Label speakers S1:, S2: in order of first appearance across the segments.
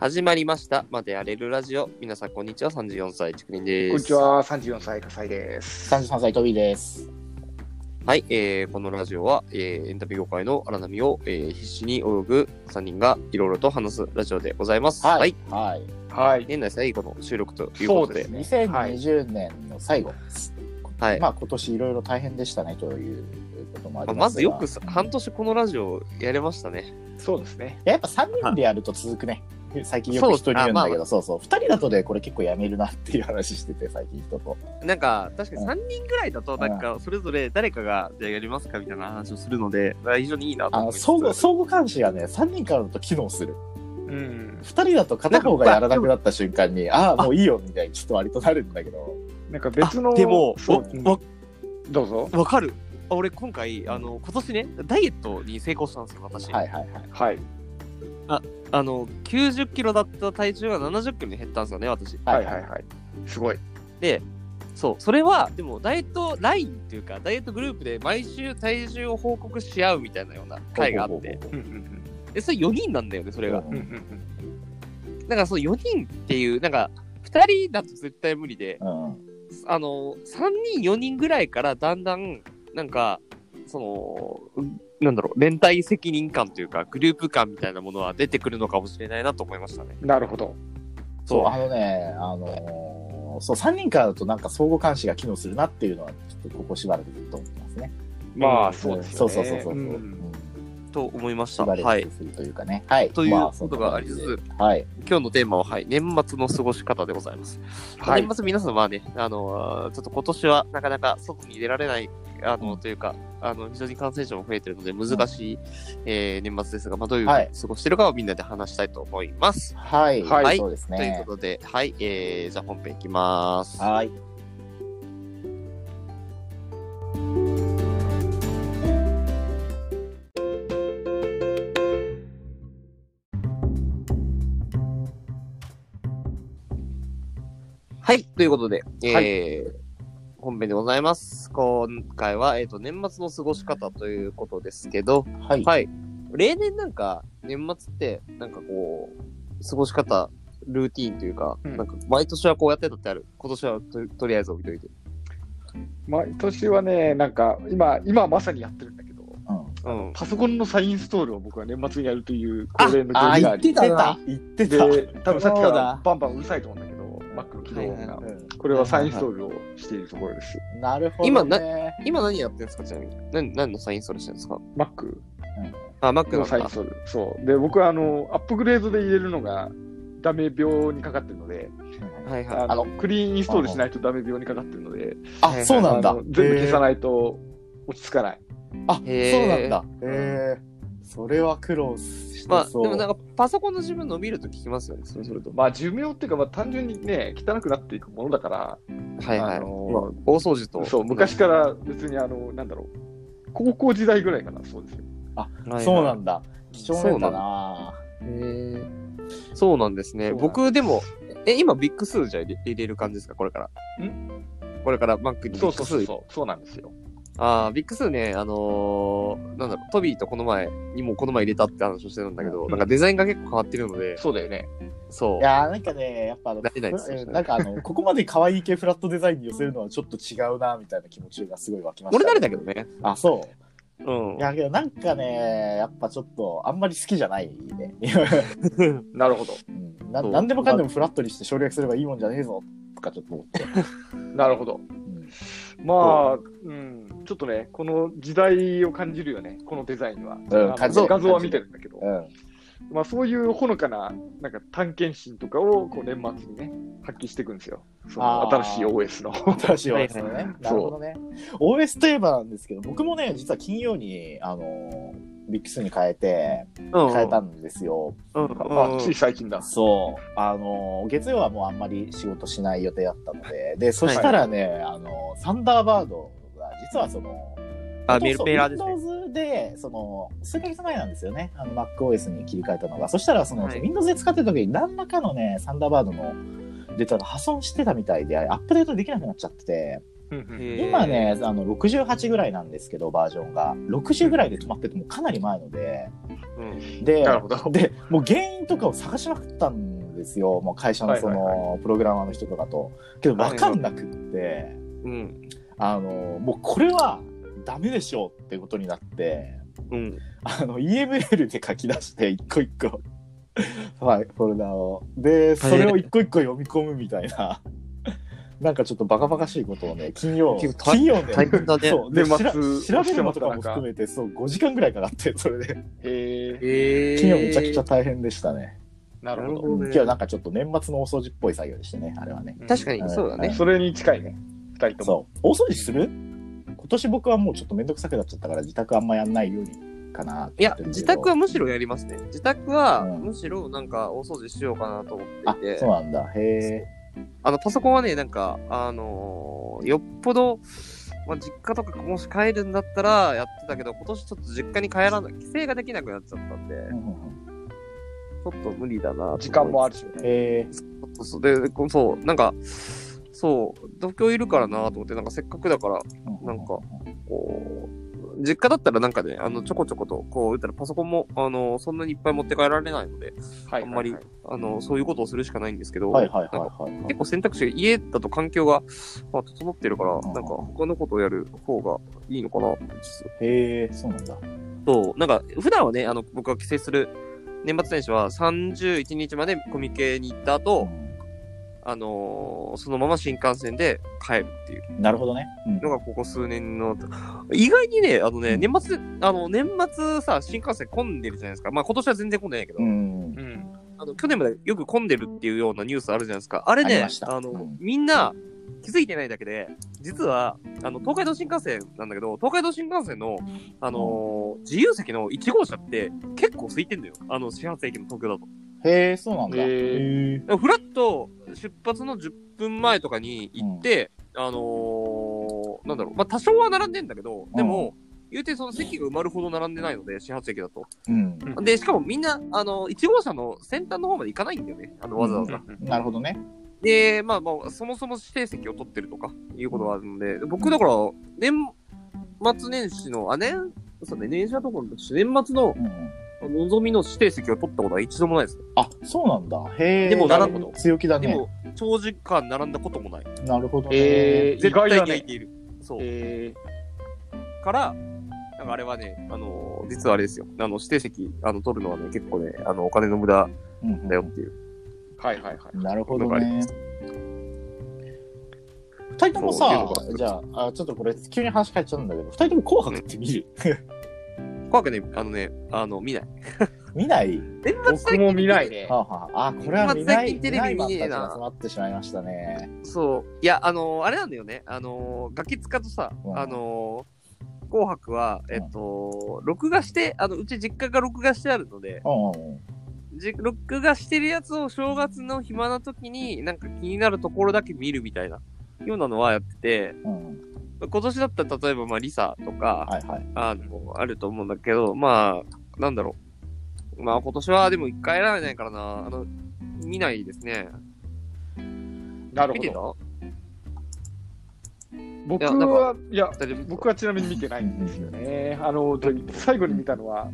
S1: 始まりました。までやれるラジオ。皆さん、こんにちは。34歳、ちくりんです。
S2: こんにち。は、34歳、笠井です。
S3: 33歳、トビーです。
S1: はい、えー、このラジオは、えー、エンタメ業界の荒波を、えー、必死に泳ぐ3人がいろいろと話すラジオでございます。
S3: はい。はい。
S2: はい。
S1: 年内最後の収録ということで。
S2: そうですねはい
S3: 2020年の最後です。
S1: はい。ま
S3: まあ、今年いろいろ大変でしたねということもあ
S1: あ
S3: り
S1: ま
S3: ま
S1: ず
S3: す
S1: よ
S3: が
S1: くさ半年このラジオやれましたね。
S2: そうですね。
S3: やっぱ3人でやると続くね。最近よく人に言うんだけど、そうそう。2人だとでこれ結構やめるなっていう話してて、最近人と。
S1: なんか、確かに3人ぐらいだと、なんか、それぞれ誰かが、じゃあやりますかみたいな話をするので、非常にいいなと
S3: あ
S1: 思い
S3: の
S1: ます。
S3: 相互、相互監視がね、3人からだと機能する。
S2: うん。
S3: 2人だと片方がやらなくなった瞬間に、ああ、もういいよみたいにちょっと割となるんだけど。
S2: なんか別の、
S1: あでも、
S2: そう
S1: わ、わ
S2: どうぞ。
S1: わかる。あ俺、今回、あの、今年ね、ダイエットに成功したんですよ、私。
S3: はいはいはい。
S2: はい。
S1: あの、90キロだった体重が70キロに減ったんですよね、私。
S2: はいはいはい。すごい。
S1: で、そう、それは、でも、ダイエットラインっていうか、ダイエットグループで毎週体重を報告し合うみたいなような会があって、
S2: うんうん
S1: で、それ4人なんだよね、それが。
S2: うん。うんうん
S1: だから、そう、4人っていう、なんか、2人だと絶対無理で、
S3: うん。
S1: あの、3人、4人ぐらいからだんだん、なんか、その、うんなんだろう、連帯責任感というか、グループ感みたいなものは出てくるのかもしれないなと思いましたね。
S2: うん。なるほど。
S1: そう。
S3: あのね、あのーそう、3人からだとなんか相互監視が機能するなっていうのは、ちょっとここしばらくずっと思ってますね。
S2: まあ、そうですよね。
S3: そうそうそうそう。
S2: ん
S3: うん
S1: と思いまし。
S3: したば
S1: は
S3: ら
S1: い
S3: く。するというかね。はい。
S1: という
S3: ま
S1: ことがありつつ
S3: そんな感じではい。
S1: 今日のテーマは、はい、年末の過ごし方でございます。
S2: はい
S1: 年。末皆さんはね、あのーちょっと今年はなかなか外に出られない、あの
S3: うん
S1: というか、あの、非常に感染者も増えてるので、難しい、えー年末ですが、まあ、どういうふう
S3: は
S1: に
S3: い
S1: 過ごしてるかをみんなで話したいと思います。
S3: はい。
S2: はい
S3: そうです
S1: という
S3: ね。
S1: ことで、はい、えー、じゃあ本編いきます。
S3: はい。
S1: はい、ということで、えー
S2: は
S1: 本編でございます。今回は、えっ、と、年末の過ごし方ということですけど、
S3: はい。
S1: はい。例年なんか、年末って、なんかこう、過ごし方、ルーティーンというか、
S2: うん
S1: なんか、毎年はこうやってたってある。今年はととりあえず置いといて。
S2: 毎年はね、なんか、今、今まさにやってるんだけど、
S3: うん
S1: うん。
S2: パソコンの再インストールを僕は年末にやるという恒例の
S3: あ
S2: 行
S3: ー、言
S2: あ
S3: って
S2: り。
S3: たな。言ってた。
S2: で、多分さっきか
S3: そ
S2: ら
S3: うだ
S2: バンバンうるさいと思うんだけど、Mac の起動
S1: は
S2: 音
S1: いは
S2: が
S1: い。
S3: うん
S2: これは再インストールをしているところです。
S3: なるほど、ね。
S1: 今な
S3: な、
S1: 今何やってるんですかちなみに。何、何のサインストールしてるんですか
S2: Mac
S1: あ、Mac
S2: の
S1: なん
S2: サイン
S1: だ
S2: ス。トール。そう。で、僕はあの、アップグレードで入れるのがダメ病にかかってるので、
S1: はいはい。
S2: あ
S3: あ
S2: の
S3: の、
S2: クリーンインストールしないとダメ病にかかってるので、
S1: はいは
S3: あ、
S1: い
S3: そうなんだ
S2: あの。全部消さ
S3: い。
S2: ないと落ち着かない。
S3: あ、
S1: へー
S3: そうなんだ。へえ。それは苦労して
S1: まあ、で
S3: そう。
S1: もなんか、パソコンの自分伸びると聞きますよね。そうすると。
S2: まあ、寿命っていうか、まあ、単純にね、汚くなっていくものだから、
S1: はいはい。
S2: あのー
S1: まあ大掃除と。
S2: そう、昔から別に、あの、なんだろう、高校時代ぐらいかな、そうですよ。
S1: はいはい
S3: そうなんだ。貴重
S1: そうな
S3: 面だ
S1: んだ
S3: な。
S1: へーそうなんですね。
S2: そうなんです
S1: 僕でも、え、今ビッグスーじゃ入れ入れる感じですかこれから。んこれからマックにビ
S2: そう
S1: ッ
S2: そ
S1: グ
S2: う
S1: ス
S2: そう
S1: ー。
S2: そう、そうなんですよ。
S1: ああ、ビッグスーね、あのーなんだろう、トビーとこの前にもこの前入れたって話をしてるんだけど、
S2: うん
S1: なんかデザインが結構変わってるので、
S2: そうだよね。
S1: そ。
S3: いうやーなんかね、やっぱあの
S1: 慣れないです
S3: うんなんかあ の、ここまで可愛い系フラットデザインに寄せるのはちょっと違うな、みたいな気持ちがすごい湧きました、
S1: 俺慣れたけどね。
S3: あ、そうう。
S1: ん
S3: い。や、けどなんかね、やっぱちょっと、あんまり好きじゃないね。
S2: なるほど。
S3: うんな
S1: そう
S3: なんでもかんでもフラットにして省略すればいいもんじゃねえぞ、とかちょっと思って。
S2: なるほど。
S3: うん
S2: まあ、うん、ちょっとね、この時代を感じるよね、このデザインは。
S3: うん
S2: あ
S3: 感
S2: の
S3: じる
S2: 画像は見てるんだけど、
S3: うん。
S2: まあ、そういうほのかななんか探検心とかをこう年末にね、発揮していくんですよ、その
S3: あー
S2: 新しい OS の。
S3: 新しい OS のね。なるほどね。OS といえばなんですけど、僕もね、実は金曜に、あの、ビッグスに変えて、
S1: うん。
S3: 変えたんですよ。
S1: うん。
S2: まあ、つい最近だ。
S3: そう、あのー月曜はもうあんまり仕事しない予定だったので、で、そしたらね、あのーサンダーバードが、実はその、
S1: あ、
S3: 元々
S1: メルペラーですね。
S3: Windows で、その、数ヶ月前なんですよね、あの MacOS に切り替えたのが。そしたら、その、
S1: はい
S3: Windows で使ってる時に、何らかのね、サンダーバードのデータが破損してたみたいで、アップデートできなくなっちゃってて、
S1: へー
S3: 今ね、あの68ぐらいなんですけど、バージョンが。60ぐらいで止まってて、もうかなり前ので、で、
S2: なるほど。
S3: で、もう原因とかを探しまくったんですよ、もう会社のそ
S2: はい
S3: の、プログラマーの人とかと。けど、わかんなくって、
S1: うん。
S3: あの、もうこれはダメでしょうってことになって、
S1: うん。
S3: あの、EML で書き出して、一個一個。はい、フォルダを。で、それを一個一個読み込むみたいな。 なんかちょっとバカバカしいことをね、金曜、
S1: 結構大
S3: 金曜ね、
S1: 大変だね。
S3: そうで
S2: 年末
S3: しら調べるのとか
S2: 押してま
S3: も
S2: すか
S3: 含めてそう5時間ぐらいかかってそれで
S2: へえ。
S1: え
S3: 金曜めちゃくちゃ大変でしたね、
S2: なるほ
S1: なるほ
S2: ど。
S1: どね
S3: 今日はなんかちょっと年末のお掃除っぽい作業でしたねあれはね
S1: 確か
S2: に。
S1: に、そうだね。
S2: それに近いね。二人とも。
S3: そう大掃除する今年僕はもうちょっと面倒くさくなっちゃったから自宅あんまやんないようにかなって
S1: い
S3: 言っ
S1: や
S3: て、るけど
S1: 自宅はむしろやりますね。自宅は、
S3: うん
S1: むしろなんか大掃除しようかなと思
S3: あ
S1: っていて
S3: そう、なんだへえ
S1: あの、パソコンはね、なんか、あのーよっぽど、まあ、実家とかもし帰るんだったらやってたけど、今年ちょっと実家に帰らない、帰省ができなくなっちゃったんで、ちょっと無理だなと思いつつ。
S2: 時間もあるしね。
S3: へえ
S1: そうそうで、こそう、なんか、そう、東京いるからなと思って、なんかせっかくだから、なんかこう、実家だったらなんかね、あの、ちょこちょこと、こう、言ったらパソコンも、あの、そんなにいっぱい持って帰られないので、
S2: はいはいはい。
S1: あんまりあの、そういうことをするしかないんですけど、
S3: はいはいはい
S1: なんか
S3: はいはい
S1: 結構選択肢が家だと環境が、まあ、整ってるから、
S3: ん
S1: なんか他のことをやる方がいいのかなと思いつつ
S3: へえそうなんだ
S1: そう、なんか、普段はね、あの、僕が帰省する年末年始は31日までコミケに行った後、あのーそのまま新幹線で帰るっていう
S3: なるほどね、うん
S1: のがここ数年の、意外にね、あのね、年末、あの、年末さ、新幹線混んでるじゃないですか。まあ今年は全然混んでないけど、
S3: うん
S2: うん。
S1: あの去年までよく混んでるっていうようなニュースあるじゃないですか。あれ
S3: あり
S1: ね
S3: まし、た
S1: あの、
S3: うん
S1: みんな気づいてないだけで、実は、あの、東海道新幹線なんだけど、東海道新幹線の、あのー自由席の1号車って結構空いてんだよ。あの、始発駅の東京だと。
S3: へえそうなんだ
S2: へ
S3: へ
S2: え
S3: え
S1: だからフラッと出発の10分前とかに行って、あのーなんだろう、まあ、多少は並んでんだけど、でも、言うてその席が埋まるほど並んでないので、始発駅だと。
S3: うん
S2: うん
S1: で、しかもみんな、あの、1号車の先端の方まで行かないんだよね。あの、わざわざ。
S3: なるほどね
S1: で、まあまあ、そもそも指定席を取ってるとかいうことがあるので、僕だから、年末年始の、あ、年、そうね、年始はどころか年末の
S3: うん
S1: 望みの指定席を取ったことは一度もないですね。
S3: あそうなんだへえ
S1: でも
S3: なるほ
S1: なる
S3: ど
S1: ほど
S3: 強気だ
S1: で
S3: ね
S1: も、長時間並んだこともない。
S3: なるほどね
S2: えー、意
S1: 絶
S2: 外
S1: 対
S2: だ
S1: に空い
S2: ね。
S1: ている。そう。
S2: え
S1: から、なんかあれはね、あのー実はあれですよ。あの、指定席、あの、取るのはね、結構ね、あの、お金の無駄
S3: うんうん
S1: だよっていう。
S2: ー、はいはいはい。
S3: なるほ
S1: の
S3: ど
S1: があり
S3: ね
S1: ます
S3: 二人とも
S1: そう
S3: さ
S1: っていうのが
S3: じゃああちょっとこれ急に話変えちゃうんだけど二人とも「紅白」って見る
S1: 怖くね、あのね、あの、見ない。
S3: 見ない
S1: 年末
S2: 僕も見ない
S1: ね。
S2: ね
S3: は。あはああこれは見
S1: まあ
S3: な
S1: 最
S3: い
S1: 近テレビ見ねえな
S3: 見ないまんたちが集まってしまいましたね
S1: そう。いや、あのーあれなんだよね。あのーガキ使とさ、
S3: うん
S1: あのー紅白は、えっと、録画して、あの、うち実家が録画してあるので、
S3: うんうんうん
S1: じ録画してるやつを正月の暇な時に、なんか気になるところだけ見るみたいな、ようなのはやってて、
S3: うんうん
S1: 今年だったら例えば、まあ、リサとか、
S3: はいはい
S1: あの、あると思うんだけど、まあ、なんだろう。まあ、今年はでも一回選べないからな、あの、見ないですね。
S2: なる
S1: 見
S2: ほ
S1: て
S2: ど。
S1: た
S2: 僕
S1: いやなん
S2: は、いや、
S1: 大丈夫
S2: 僕はちなみに見てないんですよね。あの、最後に見たのは、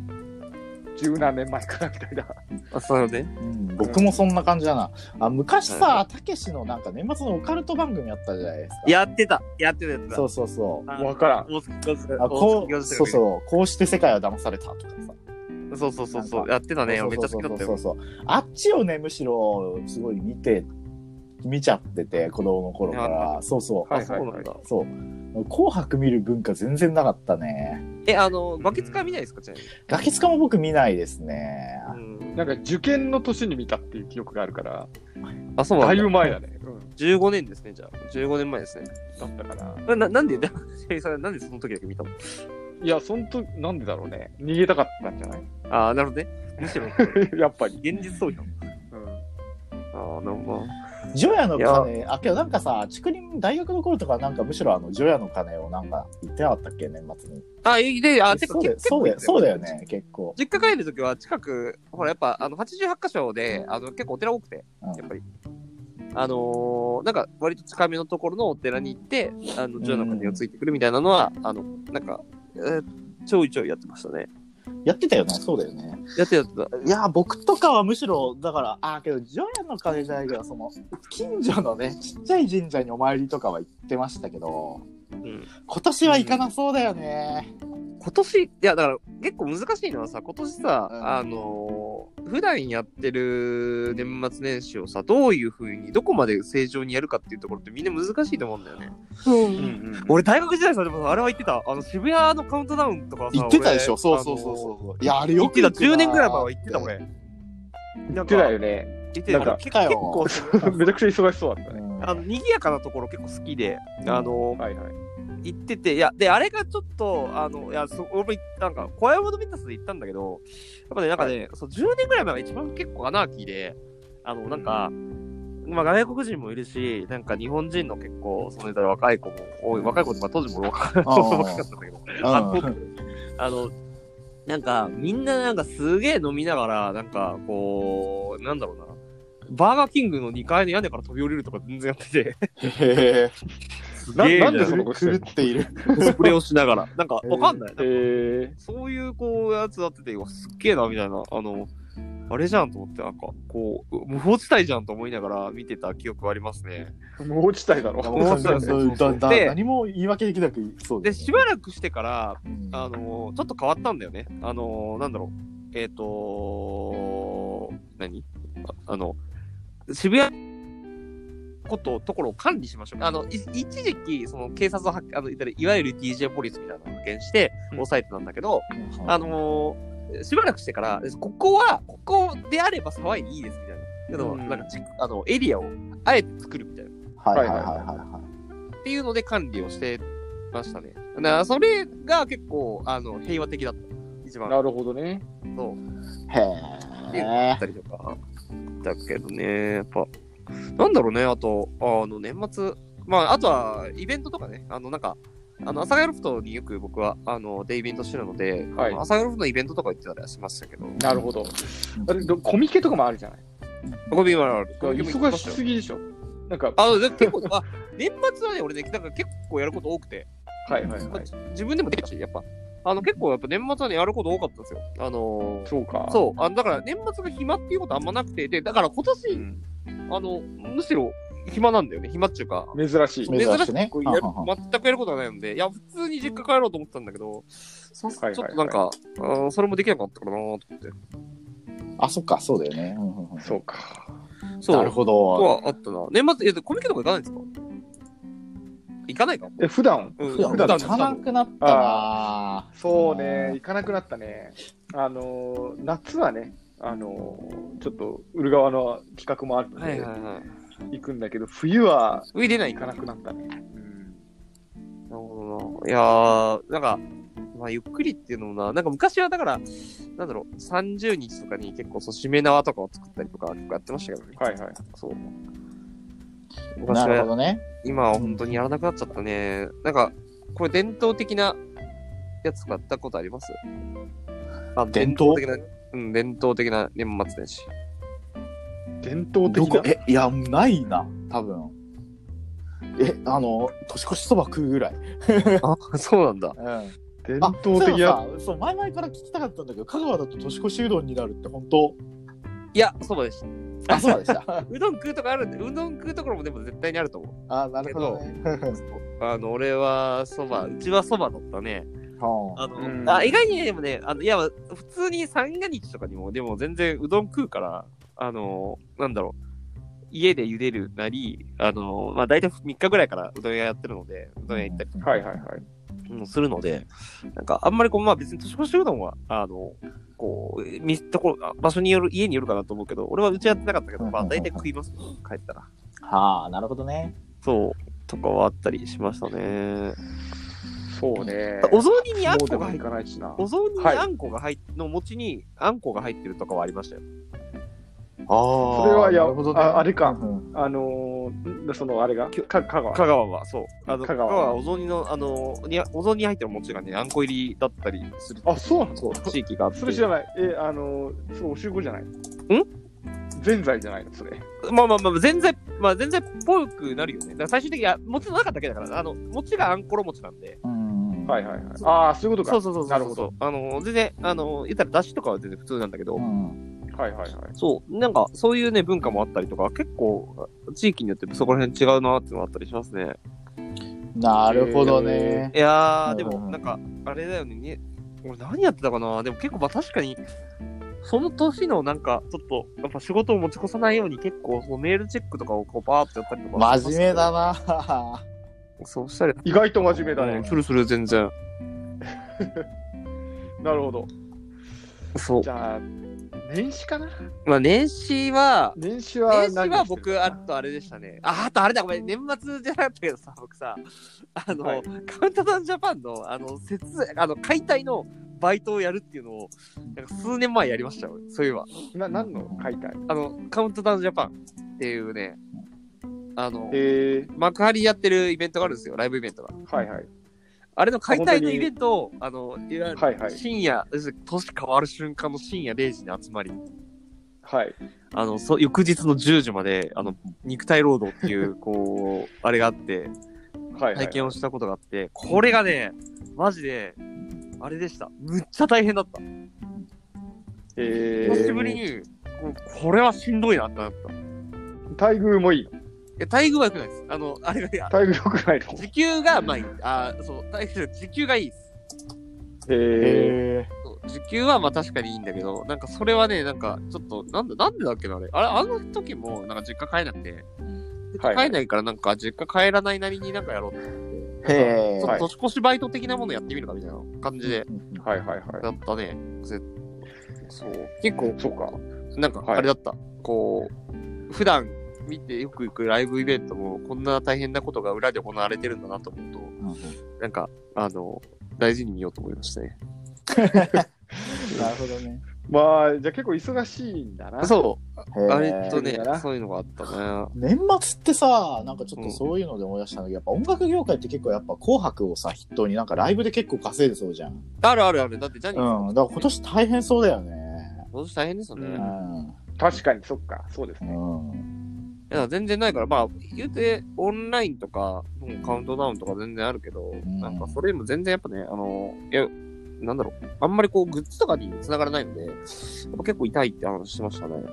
S2: 十何年前からみたいな。
S1: あ、そうよね。
S3: うん僕もそんな感じだなあ昔さたけしのなんか年末のオカルト番組やったじゃないですか
S1: やってた。やってたやってた。
S3: そうそうそう
S1: あ
S2: わからん。
S1: 大月大月
S3: あこ
S1: 大
S3: う
S1: 月
S3: そうそうこうして世界は騙されたとかさ
S1: そうそうそうそ
S3: なん
S1: う。
S3: か
S1: やってたね。めっちゃ好きだった
S3: そう
S1: よ。
S3: そうそうそうあっちをねむしろすごい見て見ちゃってて子供の頃か
S1: は
S3: らそうそう、
S2: は
S1: あ、
S2: い
S1: そ
S2: はいう
S1: なんだ。
S3: そう「紅白」見る文化全然なかったね
S1: え、あの、バケツカ見ないですかちなみに。
S3: ガキ使も僕見ないですね、
S1: うん
S2: なんか受験の年に見たっていう記憶があるから、
S1: あ、そう
S2: だ
S1: ない
S2: ぶ
S1: んだ。
S2: 前だね。うん。
S1: 15年ですね、じゃあ。15年前ですね。
S2: だったかな。
S1: な、ななん で、さんなんでその時だけ見たの
S2: いや、そんと、なんでだろうね。逃げたかったんじゃない
S1: ああ、なるほどね。むしろ、
S2: やっぱり。
S1: 現実逃避。
S2: うん。
S1: ああ、なるほど。
S3: ジョヤの鐘あけどなんかさ竹林大学の頃とかなんかむしろあのジョヤの鐘をなんか言ってなかったっけ年末に
S1: あ、いいで、あ、てか
S3: そうだよ
S1: 結
S3: そ
S1: 構
S3: うだ
S1: 行って
S3: よ
S1: た
S3: そうだよ。ね結構
S1: 実家帰るときは近く、ほら、やっぱ、あの、88箇所で、あの、結構お寺多くて、
S3: うん
S1: やっぱり。あのーなんか割と近めのところのお寺に行って、あの、除夜の鐘がついてくるみたいなのは、あの、なんか、えーちょいちょいやってましたね。
S3: やってたよな、そうだよね。
S1: やってたやってた。
S3: いや、僕とかはむしろ、だから、ああ、けど、除夜の鐘じゃないけど、その、近所のね、ちっちゃい神社にお参りとかは行ってましたけど、
S1: うん
S3: 今年は行かなそうだよね。
S1: 今年、いや、だから結構難しいのはさ、今年さ、
S3: うん
S1: あのー普段やってる年末年始をさ、どういうふうに、どこまで正常にやるかっていうところってみんな難しいと思うんだよね。
S2: うんうん
S1: 俺、大学時代さ、でもさあれは言ってた。あの、渋谷のカウントダウンとかさ。
S3: 行ってたでしょ、
S1: 俺
S3: そうそうそう
S1: あの
S3: そう。いや、あれ
S1: ー
S3: よ
S1: 行っ
S3: く
S1: てた。10年ぐらい前は行ってた、
S3: もん
S1: 俺。
S2: 言ってたよね。
S1: 行って
S2: なん
S1: た。
S2: か
S1: 結
S3: 来たよ
S1: 構、
S2: めちゃくちゃ忙しそうだったね。
S1: あの、賑やかなところ結構好きで、あの、
S2: はいはい。
S1: 行ってて、いや、で、あれがちょっと、あの、いや、そ俺も行っなんか、小山のビタスで行ったんだけど、やっぱね、なんかね、そう10年ぐらい前が一番結構アナーキーで、あの、なんか、まあ、外国人もいるし、なんか日本人の結構、そのね、若い子も多い、若い子とか当時も若い子
S3: あー
S1: も若かったんだけど、あこうあの、なんか、みんななんかすげえ飲みながら、なんか、こう、なんだろうな、バーガーキングの2階の屋根から飛び降りるとか全然やってて、
S3: へえ、
S2: な
S1: すげえ
S2: なん
S1: じゃ
S2: でそんなことして
S3: 狂
S2: る
S3: って いる。
S1: スプレーをしなが ら、なんか、わかんない。
S2: えー、
S1: そういうこうやつだってて、うわすっげえなみたいな、あの、あれじゃんと思って、なんか、こう、無法地帯じゃんと思いながら見てた記憶はありますね。
S2: 無法地帯だろ。
S1: 無法地帯
S3: そうだだ
S1: で
S3: 何も言い訳できなく、そう
S1: で、
S3: だよね
S1: しばらくしてから、
S3: うん
S1: あの、ちょっと変わったんだよね。あの、なんだろう。えっ、と何ああの、渋谷こと、ところを管理しましょう。あの、い一時期、その警察をはあの、いわゆるいわゆる DJ ポリスみたいなのを派遣して、
S2: うん
S1: 抑えてたんだけど、
S3: うん
S1: あのーしばらくしてから、ここは、ここであれば騒いでいいですみたいな。けど、
S2: うん
S1: なんかちあの、エリアをあえて作るみたいな。
S3: はいはいはいは
S1: っていうので管理をしてましたね。だからそれが結構、あの、平和的だった。一番。
S2: なるほどね。
S1: そう。
S3: いはい。へ
S1: あったりとか。だけどね、やっぱ、なんだろうね、あと、あの、年末、まあ、あとは、イベントとかね、あの、なんか、あの、阿佐ヶ谷ロフトによく僕は、あの、でイベントしてるので、
S2: はい
S1: あの阿佐ヶ谷ロフトのイベントとか行ってたりはしましたけど、
S2: なるほど。あれ、どコミケとかもあるじゃない
S1: ゴミはある。
S2: 忙しすぎでしょ。なんか、
S1: あ、で結構、あ、年末はね、俺ね、なんか結構やること多くて、
S2: はいはい
S1: ま
S2: は
S1: あ
S2: い。
S1: じ自分でも出たし、やっぱ、あの、結構やっぱ年末はね、やること多かったんですよ。あのー
S2: そうか。
S1: そう、あのだから年末が暇っていうことあんまなくて、で、だから今年、
S2: ん
S1: あの、むしろ暇なんだよね、暇っていうか。
S2: 珍しい。
S1: そう
S3: 珍しいね
S1: こうやる
S3: はんは
S1: 全くやることがないので、いや、普通に実家帰ろうと思ってたんだけど、そ
S2: はいはいはい
S1: ちょっとなんか、あーそれもできなかったからなーと思って。
S3: ーあ、そっか、そうだよね。うんうんうん
S2: そうか。
S1: そう、
S3: なるほ
S1: と
S3: ど。
S1: はあったな。年末、え、コミケとか行かないんですか行かないか
S2: え、普段
S1: うん
S3: 普段行かなくなったな。
S2: そうね、行かなくなったね。あのー、夏はね、あのー、ちょっと、売る側の企画もあるので、
S1: はいはいはい。
S2: 行くんだけど、冬は
S1: 上出ない
S2: 行
S1: か
S2: か
S1: な。な
S2: な
S1: る
S2: くなったね。うん
S1: ほどな。いやー、なんか、まあ、ゆっくりっていうのもな、なんか昔はだから、なんだろう、30日とかに結構、そう、しめ縄とかを作ったりとか、結構やってましたけどね。
S2: はいはい。
S1: そう。昔
S3: なるほ
S1: は、
S3: どね。
S1: 今は本当にやらなくなっちゃったね。なんか、これ伝統的なやつとかやったことありますあ
S3: 伝統
S1: 的な、うん、伝統的な年末年始。
S2: 伝統
S3: ど
S2: 的
S3: こ
S2: な。
S3: え、いや、ないな、多分。え、あの、年越しそば食うぐらい。
S1: あ、そうなんだ。
S3: うん。
S2: 伝
S3: あ、そう
S2: 統的
S3: いえ
S2: や。
S3: ばさそう、前々から聞きたかったんだけど、香川だと年越しうどんになるって本当
S1: いや、そうでした。
S3: あ、そうでした。
S1: うどん食うとかあるんで、うどん食うところもでも絶対にあると思う。
S3: あ、なるほどね。
S1: あの、俺はそば、うちはそばだったね。
S3: は
S1: あの、
S2: うん
S1: あ意外にね、でもね、あのいや、普通に三が日とかにも、でも全然うどん食うから、あの、なんだろう。家で茹でるなり、あの、まあ、大体3日ぐらいからうどん屋やってるので、うどん屋行ったり
S2: はいはいはい。
S1: もするので、なんか、あんまりこう、まあ、別に年越しうどんは、あの、こう、みところ、場所による、家によるかなと思うけど、俺はうちやってなかったけど、まあ、大体食います、帰ったら。
S3: はあ、なるほどね。
S1: そう、とかはあったりしましたね。
S2: そうね。
S1: お雑煮にあんこ
S2: そう
S1: が
S2: でも
S1: 入
S2: 行
S1: っ
S2: かないしな。
S1: お雑煮に
S2: はい
S1: あんこが入っ、の餅にあんこが入ってるとかはありましたよ。
S3: ああ、そ
S2: それはいや
S3: なるほどね
S2: ああれか
S3: うん
S2: あのー、んそのあれが、か香川。
S1: 香川は、そう。あの香
S2: 香
S1: 川
S2: 川
S1: はお雑煮の、あの、にお雑煮に入ってる餅がね、あんこ入りだったりする
S2: あ、そうなの
S1: そう地域があって。
S2: それ知らない。え、あのー、そう、お集合じゃない。んぜんざいじゃないの、それ。
S1: まあまあまあ、全然、まあ全然っぽくなるよね。だから最終的に、あ餅の中だけだから、あの、餅があんころ餅なんで。
S3: うん
S2: はいはいはい。ああ、そういうこと
S1: そ
S2: か。
S1: うそうそうそう。
S2: なるほど。
S1: あの、全然、あの、言ったら出汁とかは全然普通なんだけど、
S3: うん
S2: はいはいはい。
S1: そう、なんかそういうね、文化もあったりとか、結構、地域によってそこら辺違うなっていうのがあったりしますね。
S3: なるほどね
S1: い。や
S3: う
S1: ー、
S3: ん
S1: でも、なんか、あれだよね。に俺何やってたかなでも結構、まあ確かに、その年のなんか、ちょっと、やっぱ仕事を持ち越さないように結構、こうメールチェックとかをこう、バーってやったりとか。
S3: 真面目だ。な。
S1: そうしたり、
S2: 意外と真面目だ
S1: う
S2: ね
S1: ん。するする、全然。
S2: なるほど。
S1: そう
S2: じ。ゃあ、年始かな
S1: まあ、年始は、
S2: 年始は
S1: 年
S2: 何
S1: 始は僕、あ
S2: あ
S1: とあれでしたね。あ、あとあれだ、ごめん、年末じゃなかったけどさ、僕さ、あの、
S2: はい
S1: カウントダウンジャパンの、あの、節、あの、解体のバイトをやるっていうのを、なんか数年前やりましたよ、そういえば。
S2: な何の解体
S1: あの、カウントダウンジャパンっていうね、あの、
S2: え
S1: 幕張やってるイベントがあるんですよ、ライブイベントが。
S2: ー、はいはい。
S1: あれの解体
S2: 本当
S1: の
S2: に
S1: イベントを、あの、いわゆ
S2: はいは
S1: る
S2: い
S1: 深夜、要するに年変わる瞬間の深夜0時に集まり、
S2: はい。
S1: あの、そ翌日の10時まで、あの、肉体労働って いう、こう、あれがあって、
S2: はい、はい
S1: 体。験をしたことがあって、これがね、マジで、あれでした。むっちゃ大変だった。
S2: え
S1: 久し
S2: ー、
S1: ぶりに、ここれはしんどいなってなった。い
S2: 待遇もいい。
S1: や、待遇は良くないです。あの、あれが、いや、
S2: 待遇良くないの。
S1: 時給が、まあいい。あーそう、待遇、時給がいいです。
S2: え
S3: へえ。
S1: そう時給はまあ確かにいいんだけど、なんかそれはね、なんかちょっと、なんで、なんでだっけな、あれ。あれ、あの時も、なんか実家帰らなくて、
S2: はいはい
S1: 帰んないからなんか実家帰らないなりになんかやろうって
S3: へ
S1: ちょっと年越しバイト的なものやってみるかみたいな感じで、
S2: ー、はいはいはい。
S1: だったね。ぜそう。結構、
S2: そうか。
S1: なんか
S2: はい
S1: あれだった。こう、普段見てよく行くライブイベントも、こんな大変なことが裏で行われてるんだなと思うと、なんか、あの、大事に見ようと思いましたね。
S3: なるほどね。
S2: まあ、じゃあ結構忙しいんだな。う。
S1: そ
S3: へ
S1: う、
S3: ー
S1: あれとね
S2: だから、
S1: そういうのがあったね。
S3: 年末ってさ、なんかちょっとそういうので思い出したんだけど、やっぱ音楽業界って結構やっぱ紅白をさ、筆頭になんかライブで結構稼いでそうじゃん。
S1: あるあるある。だって、ジャニー
S3: うん。だから今年大変そうだよね。
S1: 今年大変ですよね。
S2: うん
S1: いうや
S3: ん。
S2: 確かに、そっか。そうですね。
S3: うん。
S1: だから全然ないから、まあ、言うて、オンラインとか、もうカウントダウンとか全然あるけど、
S3: ん
S1: なんかそれよりも全然やっぱね、あの、いや、なんだろう、あんまりこう、グッズとかに繋がらないので、やっぱ結構痛いって話してましたね。
S2: はい、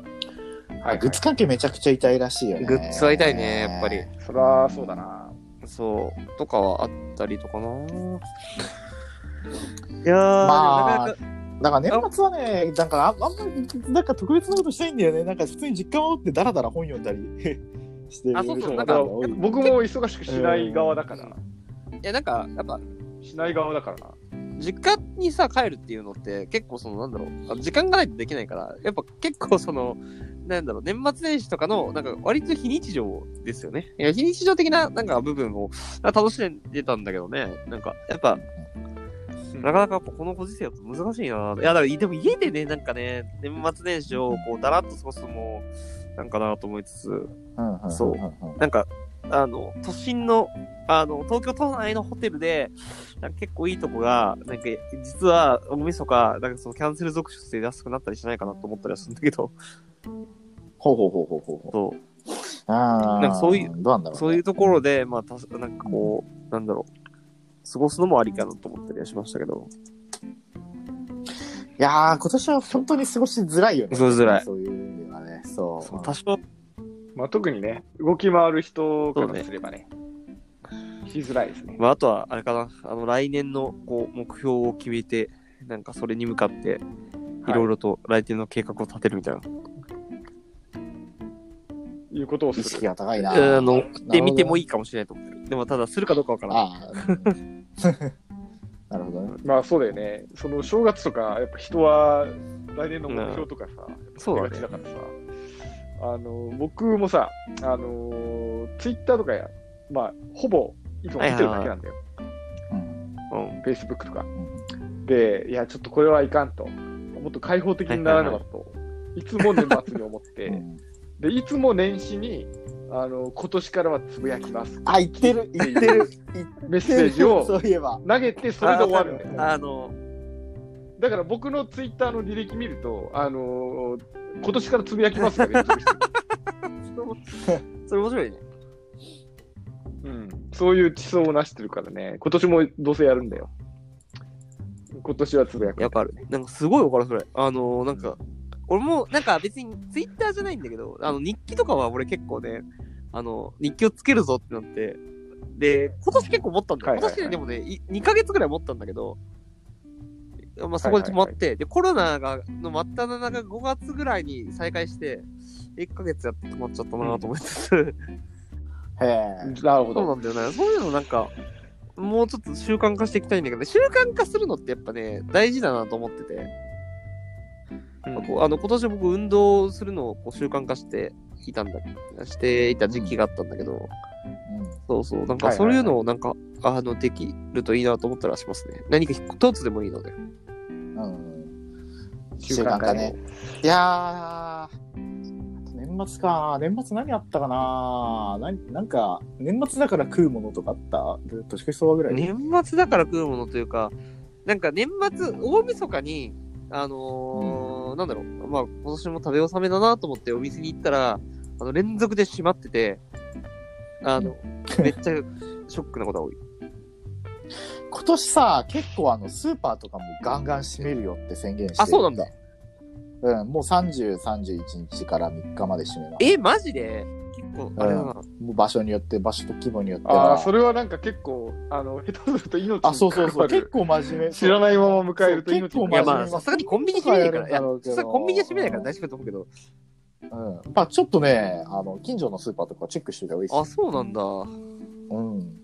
S2: はい
S3: グッ。ズ関係めちゃくちゃ痛いらしいよね。
S1: グッズは痛いね、やっぱり。
S2: そりゃそうだな。
S1: そう、とかはあったりとかな。いやー、
S3: まあ
S1: なかなか
S3: だから年末はね、なんかああんまり、なんか特別なことしたいんだよね。なんか普通に実家戻ってダラダラ本読んだり してる
S1: あそうそう
S3: 人
S1: なん
S2: だから
S1: か
S3: が多い
S2: 僕も忙しくしない側だから。
S1: いや、なんか、やっぱ、
S2: しない側だからな。
S1: 実家にさ、帰るっていうのって、結構その、なんだろう、あ時間がないとできないから、やっぱ結構その、なんだろう、年末年始とかの、なんか、割と非日常ですよね。いや、非日常的な、なんか、部分を、なんか楽しんでたんだけどね。なんか、やっぱ、なかなかやっぱこのご時世だと難しいな。いや、だから、でも家でね、なんかね、年末年始を、こう、だらっと過ごすのも、なんかなと思いつつ、
S3: うんうんうんうん
S1: そうなんか、あの、都心の、あの、東京都内のホテルで、なんか結構いいとこが、なんか、実は大晦日、なんかそのキャンセル続出で安くなったりしないかなと思ったりはするんだけど、
S3: ほうほうほうほうほうほう。
S1: そ
S3: ああ。
S1: なんかそういう、
S3: どうなんだ
S1: う
S3: ろう、
S1: そういうところで、まあ、たすなんかこう、なんだろう、過ごすのもありかなと思ったりはしましたけど、
S3: いやー、今年は本当に過ごしづらいよね。
S1: 過ごしづらい
S3: そういう意味ではね。そう。
S1: そう多少、
S2: まあ、特にね、動き回る人からすればね、しづらいですね。
S1: まあ、あとは、あれかな、あの、来年の、こう、目標を決めて、なんかそれに向かって、いろいろと来年の計画を立てるみたいな。
S2: いうことを
S3: 意
S2: す
S3: 識
S2: る。
S3: が高いな。
S1: あの、で見ても
S3: いい。
S1: いいかもしれないと思ってる。でも、ただ、するかどうかわからん。
S3: ああ。うん なるほどね。
S2: まあそうだよね。その正月とか、やっぱ人は来年の目標とかさ、
S1: そうだね
S2: やっぱ立てがちだからさ、あの、僕もさ、あの、ツイッターとかや、まあ、ほぼいつも見てるだけなんだよ。
S3: うん
S1: うん。
S2: Facebook とか。
S3: うん
S2: で、いや、ちょっとこれはいかんと。もっと開放的にならなかったと。いつも年末に思 って、で、いつも年始に、あの、今年からはつぶやきます。
S3: あ、言ってる、言ってる、言っ
S2: メッセー
S3: て
S2: ジ
S3: る。
S2: を
S3: そういえば。
S2: 投げて、それで終わるんだよ。
S1: あの、
S2: だから僕のツイッターの履歴見ると、あのー今年からつぶやきます から、ね、
S1: それ面白いね。
S2: うん、そういう地層をなしてるからね、今年もどうせやるんだよ。今年はつぶやく。
S1: やっぱある。なんかすごいわかる、それ。あのー、なんか、俺も、なんか別にツイッターじゃないんだけど、あの、日記とかは俺結構ね、あの、日記をつけるぞってなって、で、今年結構持ったんだよ。
S2: はいはいはい
S1: 今年ねでもね、い2ヶ月ぐらい持ったんだけど、まあ、そこで止まって、
S2: はい
S1: で、コロナが、の真っただ中5月ぐらいに再開して、1ヶ月やって止まっちゃったなと思って、
S3: へえ。
S2: なるほ
S1: そうな
S2: ど。
S1: んだよね。そういうのなんか、もうちょっと習慣化していきたいんだけど、習慣化するのってやっぱね、大事だなと思ってて、
S2: うん
S1: こうあの今年僕運動するのをこう習慣化していたんだ、していた時期があったんだけど、そうそう、なんか
S2: はいはい
S1: そ
S2: は
S1: う
S2: い
S1: いうのをなんか、あの、できるといいなと思ったらしますね。何か一つでもいいので。
S3: うん。うん。習
S2: 習
S3: 慣
S2: 慣
S3: 化
S2: 化
S3: ね
S2: ね。
S3: いやー、あと年末か。年末何あったかな。ななんか、年末だから食うものとかあったで年越しそばぐらい。
S1: 年末だから食うものというか、なんか年末、大晦日に、あのーなんだろう、まあ今年も食べ納めだなと思ってお店に行ったら、あの連続で閉まってて、あ の、めっちゃショックなことが多い。
S3: 今年さ、結構あの、スーパーとかもガンガン閉めるよって宣言してる
S1: あそうなんだ。
S3: うん、もう30、31日から3日まで閉めます。
S1: え、マジで結構、あれだな。
S3: もう場所によって、場所と規模によって
S2: あ
S3: は
S2: あ、それはなんか結構、あの、 下手すると命に
S3: あ、そうそう
S2: 関
S3: そ
S2: わ
S3: う。
S2: る
S3: 結構真面目。
S2: 知らないまま迎えると
S3: そう
S2: 命に
S3: 結構
S1: いや
S3: 真
S1: ま
S3: 面
S1: あ、
S3: 目
S1: さすがにコンビニ閉めないから、いや、さすがにコンビニは閉めないから大丈夫だと思うけど、
S3: うん。まあちょっとね、あの、近所のスーパーとかチェックしておいた方
S1: あ、
S3: がいいで
S1: そうなんだ。
S3: すよ。うん。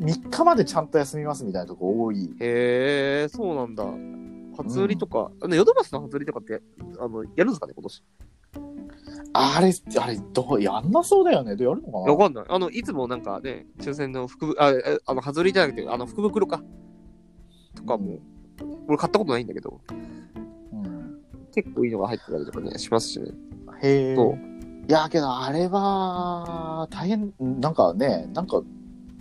S3: 3日までちゃんと休みますみたいなとこ多い。
S1: へえ、そうなんだ。初売りとか、あのヨドバシの初売りとかって、あの、やるんですかね、今年。
S3: あれ、あれ、どう、やんなそうだよね。どうやるのか
S1: わ
S3: な
S1: かんない。あの、いつもなんかね、抽選の福袋、あ、えあの、外れじゃなくて、あの、福袋か。とかも、俺買ったことないんだけど、
S3: うん。
S1: 結構いいのが入ってたりとかね、しますしね。
S3: へえ。
S1: そう
S3: いや、けど、あれは、大変、なんかね、なんか、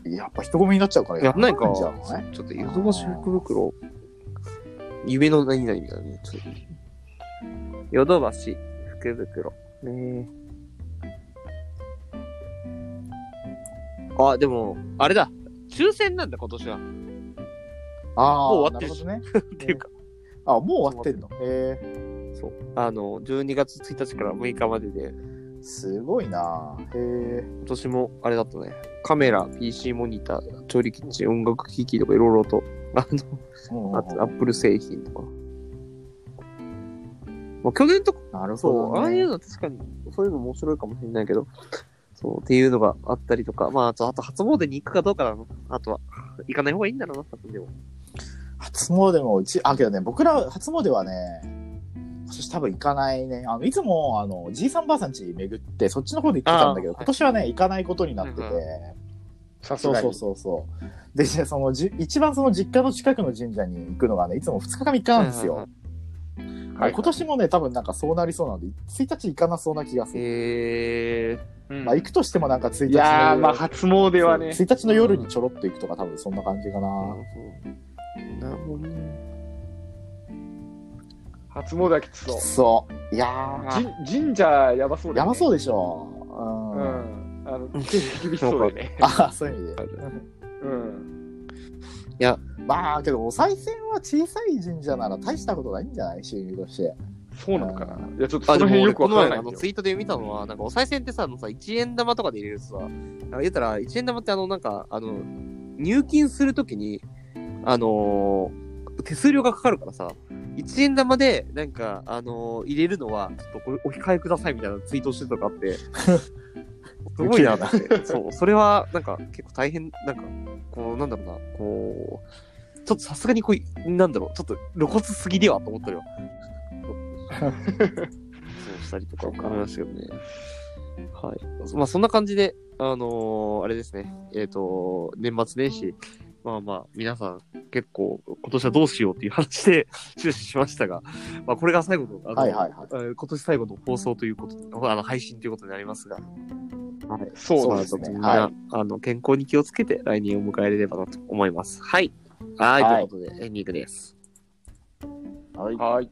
S3: やっぱ人混みになっちゃうから
S1: やんないか。
S3: んじ
S1: ち
S3: ゃ
S1: ょ
S3: ない
S1: っと、ヨドバシ福袋、夢の何々みたいなね、ちょっと。ヨドバシ福袋。ねえ。あ、でも、あれだ。抽選なんだ、今年は。
S3: ああ、
S1: もう終わってるし
S3: なるほどね。
S1: っていうか、
S3: あ、もう終わってんの。へえ。
S1: そう。あの、12月1日から6日までで、
S3: すごいな。へえ。
S1: 今年もあれだったね。カメラ、PC モニター、調理キッチン、音楽機器とかいろいろと、 あ
S3: うんう
S1: の、
S3: んう
S1: あ
S3: ん
S1: とアップル製品とか。まあ、去年とか、
S3: なる
S1: そ
S3: ほ
S1: う、
S3: ど
S1: ああい
S3: ね。
S1: うの確かに、そういうの面白いかもしれないけど、そう、っていうのがあったりとか、まあ、あと、あと初詣に行くかどうかだな。あとは、行かない方がいいんだろうな、多分でも。
S3: 初詣もうち、あ、けどね、僕ら初詣はね、今年多分行かないね。あの、いつも、あの、じいさんばあさん家巡って、そっちの方で行ってたんだけど、
S1: あー
S3: 今年はね、行かないことになってて、
S1: うんう
S2: さす
S3: そう
S2: が
S3: そ
S2: に
S3: う。そうそう。で、じゃあそのじ、一番その実家の近くの神社に行くのがね、いつも2日か3日なんです
S1: はいは
S3: よ
S1: い。
S2: はい
S3: 今年もね、多分なんかそうなりそうなんで、1日行かなそうな気がする。
S1: へえ
S2: うん
S3: まあ、行くとしてもなんか1日の
S2: いやー、まあ、初詣はね。
S3: 1日の夜にちょろっと行くとか、多分そんな感じかな。
S1: ー。なるほどね。
S2: 初詣はきつそう。
S3: そう。いやー、
S2: じ神社やばそうだ
S3: や
S2: よね。
S3: ばそう
S2: う
S3: でしょ。う。
S2: うんん。あの、厳しそうだよね。
S3: あそういう意味で。
S2: うん。
S3: まあ、けど、お賽銭は小さい神社なら大したことないんじゃない収入として。
S2: そうなのかな。いや、ちょっと
S1: あ、で
S2: その
S1: も
S2: 辺
S1: 俺
S2: よく
S1: こ
S2: わ
S1: の
S2: から
S1: 前
S2: ない
S1: あ
S2: ん
S1: の
S2: だよ
S1: ツイートで見たのは、なんかお賽銭ってさ、あのさ、1円玉とかで入れるとさ、なんか言ったら1円玉ってあの、なんか、あの、入金するときに、あのー手数料がかかるからさ、1円玉で、なんか、あのー入れるのは、ちょっとこれお控えくださいみたいなツイートしてたとかあって、すごいなと思って。そう、それは、なんか、結構大変、なんか、こう、なんだろうな、こう、ちょっとさすがにこう、なんだろう、ちょっと露骨すぎではと思ったよ。そうしたりとか
S2: そうか
S1: ありましたけどね。はい。まあそんな感じで、あのーあれですね、えっ、と、年末年始、まあまあ、皆さん結構今年はどうしようっていう話で終始しましたが、まあこれが最後の、あの
S3: はいはいはい。
S1: えー今年最後の放送ということ、あの配信ということになりますが、はい、
S2: そうう
S3: で
S2: ですす
S3: ね
S2: ね。
S1: みんな、
S3: はい
S1: あの健康に気をつけて来年を迎えれればなと思います。はい。はい、
S3: はい
S1: ということでエンディングです。
S3: はい
S2: はい。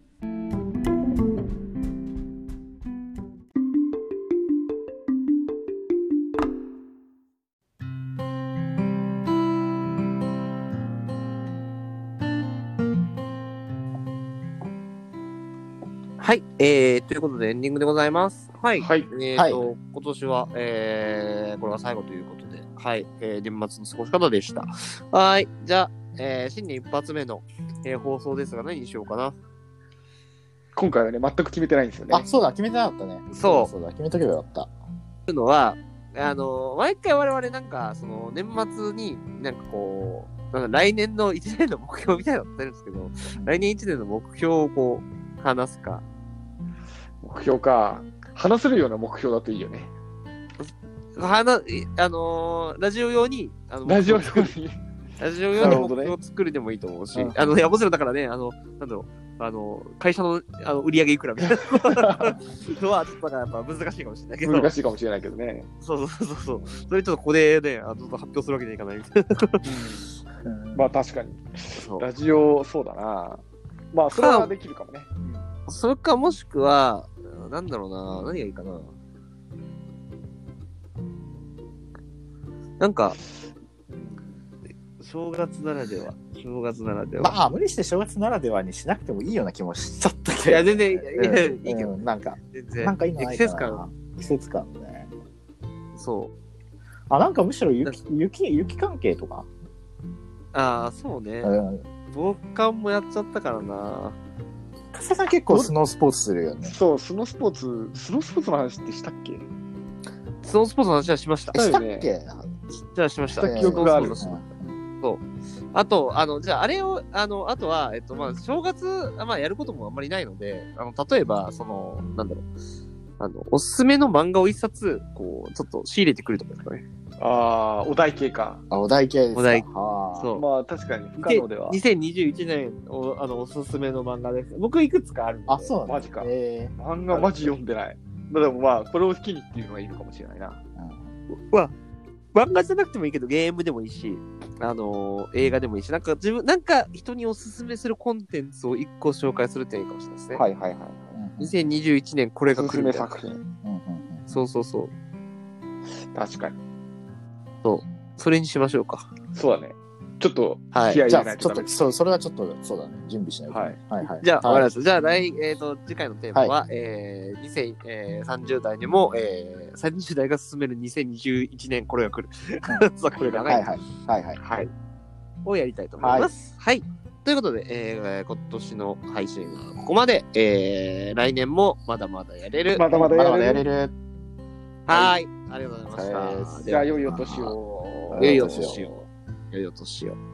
S1: はい、えー、ということでエンディングでございます。はい。
S2: はい。
S1: えーと、今年は、えー、これが最後ということで、はい、えー、年末の過ごし方でした。はい、じゃあ、えー、新年一発目の、えー放送ですが、何にしようかな。
S2: 今回はね、全く決めてないんですよね
S3: あ、。そうだ、決めてなかったね。
S1: そう
S3: そうだ、決めとけばよかった。
S1: というのは、あの、毎回我々なんか、その、年末になんかこう、なんか来年の1年の目標みたいなのを立てるんですけど、来年1年の目標をこう、話すか。
S2: 目標か。話せるような目標だといいよね。
S1: 話、いあのーラジオ用に、あの
S2: ラジオ
S1: 目
S2: 通
S1: 標を作る
S2: り。
S1: ラジオ用の目
S3: なる
S1: 標
S3: ほ
S1: を作るでもいいと思うし、
S3: うん
S1: あの、いや、もちろんだからね、あの、なんだろう、あの、会社のあの売り上げいくらみ たいなのは、ちょっとだからやっぱ難しいかもしれないけど、
S2: 難しいかもしれないけどね。
S1: そうそうそうそう、それちょっとここでね、あのちょっと発表するわけにはいかないみたいな。
S2: まあ確かに。
S1: そう
S2: ラジオ、そうだな。まあそれはできるかもね。
S1: それかもしくは、うんなんだろうな、何がいいかな。なんか、正月ならでは、正月ならでは。
S3: まあ、無理して正月ならではにしなくてもいいような気もしちゃったけど。
S1: いや、全然、い
S3: うん
S1: やいやいいけど
S3: う、んなんか、
S1: 全
S3: なん
S1: 然。
S3: かいいのないかな
S1: 季節感。
S3: 季節感ね。
S1: そう。
S3: あ、なんかむしろ雪、雪、雪関係とか。
S1: ああ、そうね。
S3: うん。
S1: 防寒もやっちゃったからな。
S3: 加瀬さん結構スノースポーツするよね。
S2: そう、スノースポーツ、スノースポーツの話ってしたっけ
S1: スノースポーツの話はしました
S3: え。
S2: だ
S3: した
S2: よ
S3: っ
S2: ね
S3: け
S1: じゃあしました。
S2: した記憶がある
S1: そうそうそうあと、あの、じゃあ、あれを、あの、あとは、えっと、まあ、正月、まあ、やることもあんまりないので、あの、例えば、その、なんだろう。あの、おすすめの漫画を一冊、こう、ちょっと仕入れてくるとかですかね。
S2: ああ、お題系か。
S3: あ、お題系ですか。
S1: お題
S3: はあ
S1: そう。
S2: まあ確かに不可
S1: で
S2: 能では。
S1: 2021年お、あの、おすすめの漫画です。僕、いくつかあるので。
S3: あ、そうなんだ。
S2: マジか
S3: え
S2: 漫画マジ読んでない。まあでもまあ、これを機にっていうのがいいのかもしれないな。
S3: ーうん
S1: は、漫画じゃなくてもいいけど、ゲームでもいいし、あのー映画でもいいし、なんか自分、なんか人におすすめするコンテンツを一個紹介するっていいかもしれないですね。
S2: はいはいはい。
S3: うん
S1: 2021年これが
S2: おす
S1: 来
S2: す
S1: る
S2: め
S1: みたいな
S2: 作品。
S3: うんうん
S1: そうそうそう。
S2: 確かに。
S1: それにしましょうか。
S2: そうだね。ちょっと
S1: は
S2: 気合
S1: い。
S2: い
S3: うん
S2: 入
S3: じゃ
S2: れな
S3: あ、
S2: い
S3: ち
S2: と
S3: ょ
S2: ダメ
S3: っと、
S2: です。
S3: そう、それはちょっと、そうだね。準備しないと。
S2: はい。
S3: はいはい。
S1: じゃあ、わかり
S3: は
S1: ま
S3: い
S1: した。じゃあ、来、えっ、と、次回のテーマは、えー、2030代にも、えー、30代が進める2021年これが来る。 そう、これが
S3: はい
S1: ね、
S3: はい。はいはい。
S2: はい。
S1: をやりたいと思います。はい。ということで、えーえー今年の配信はここまで、えー、来年もまだまだやれる。
S2: まだまだ
S3: まだまだ
S2: や
S3: や
S2: れ
S3: れ
S2: る。
S3: る。
S1: はーい。ありがとうございまし
S3: お疲れ様で
S1: た。
S3: す
S1: で
S2: じゃ
S1: は
S2: あ、良いお年を。
S1: 良いお年を。良いお年を。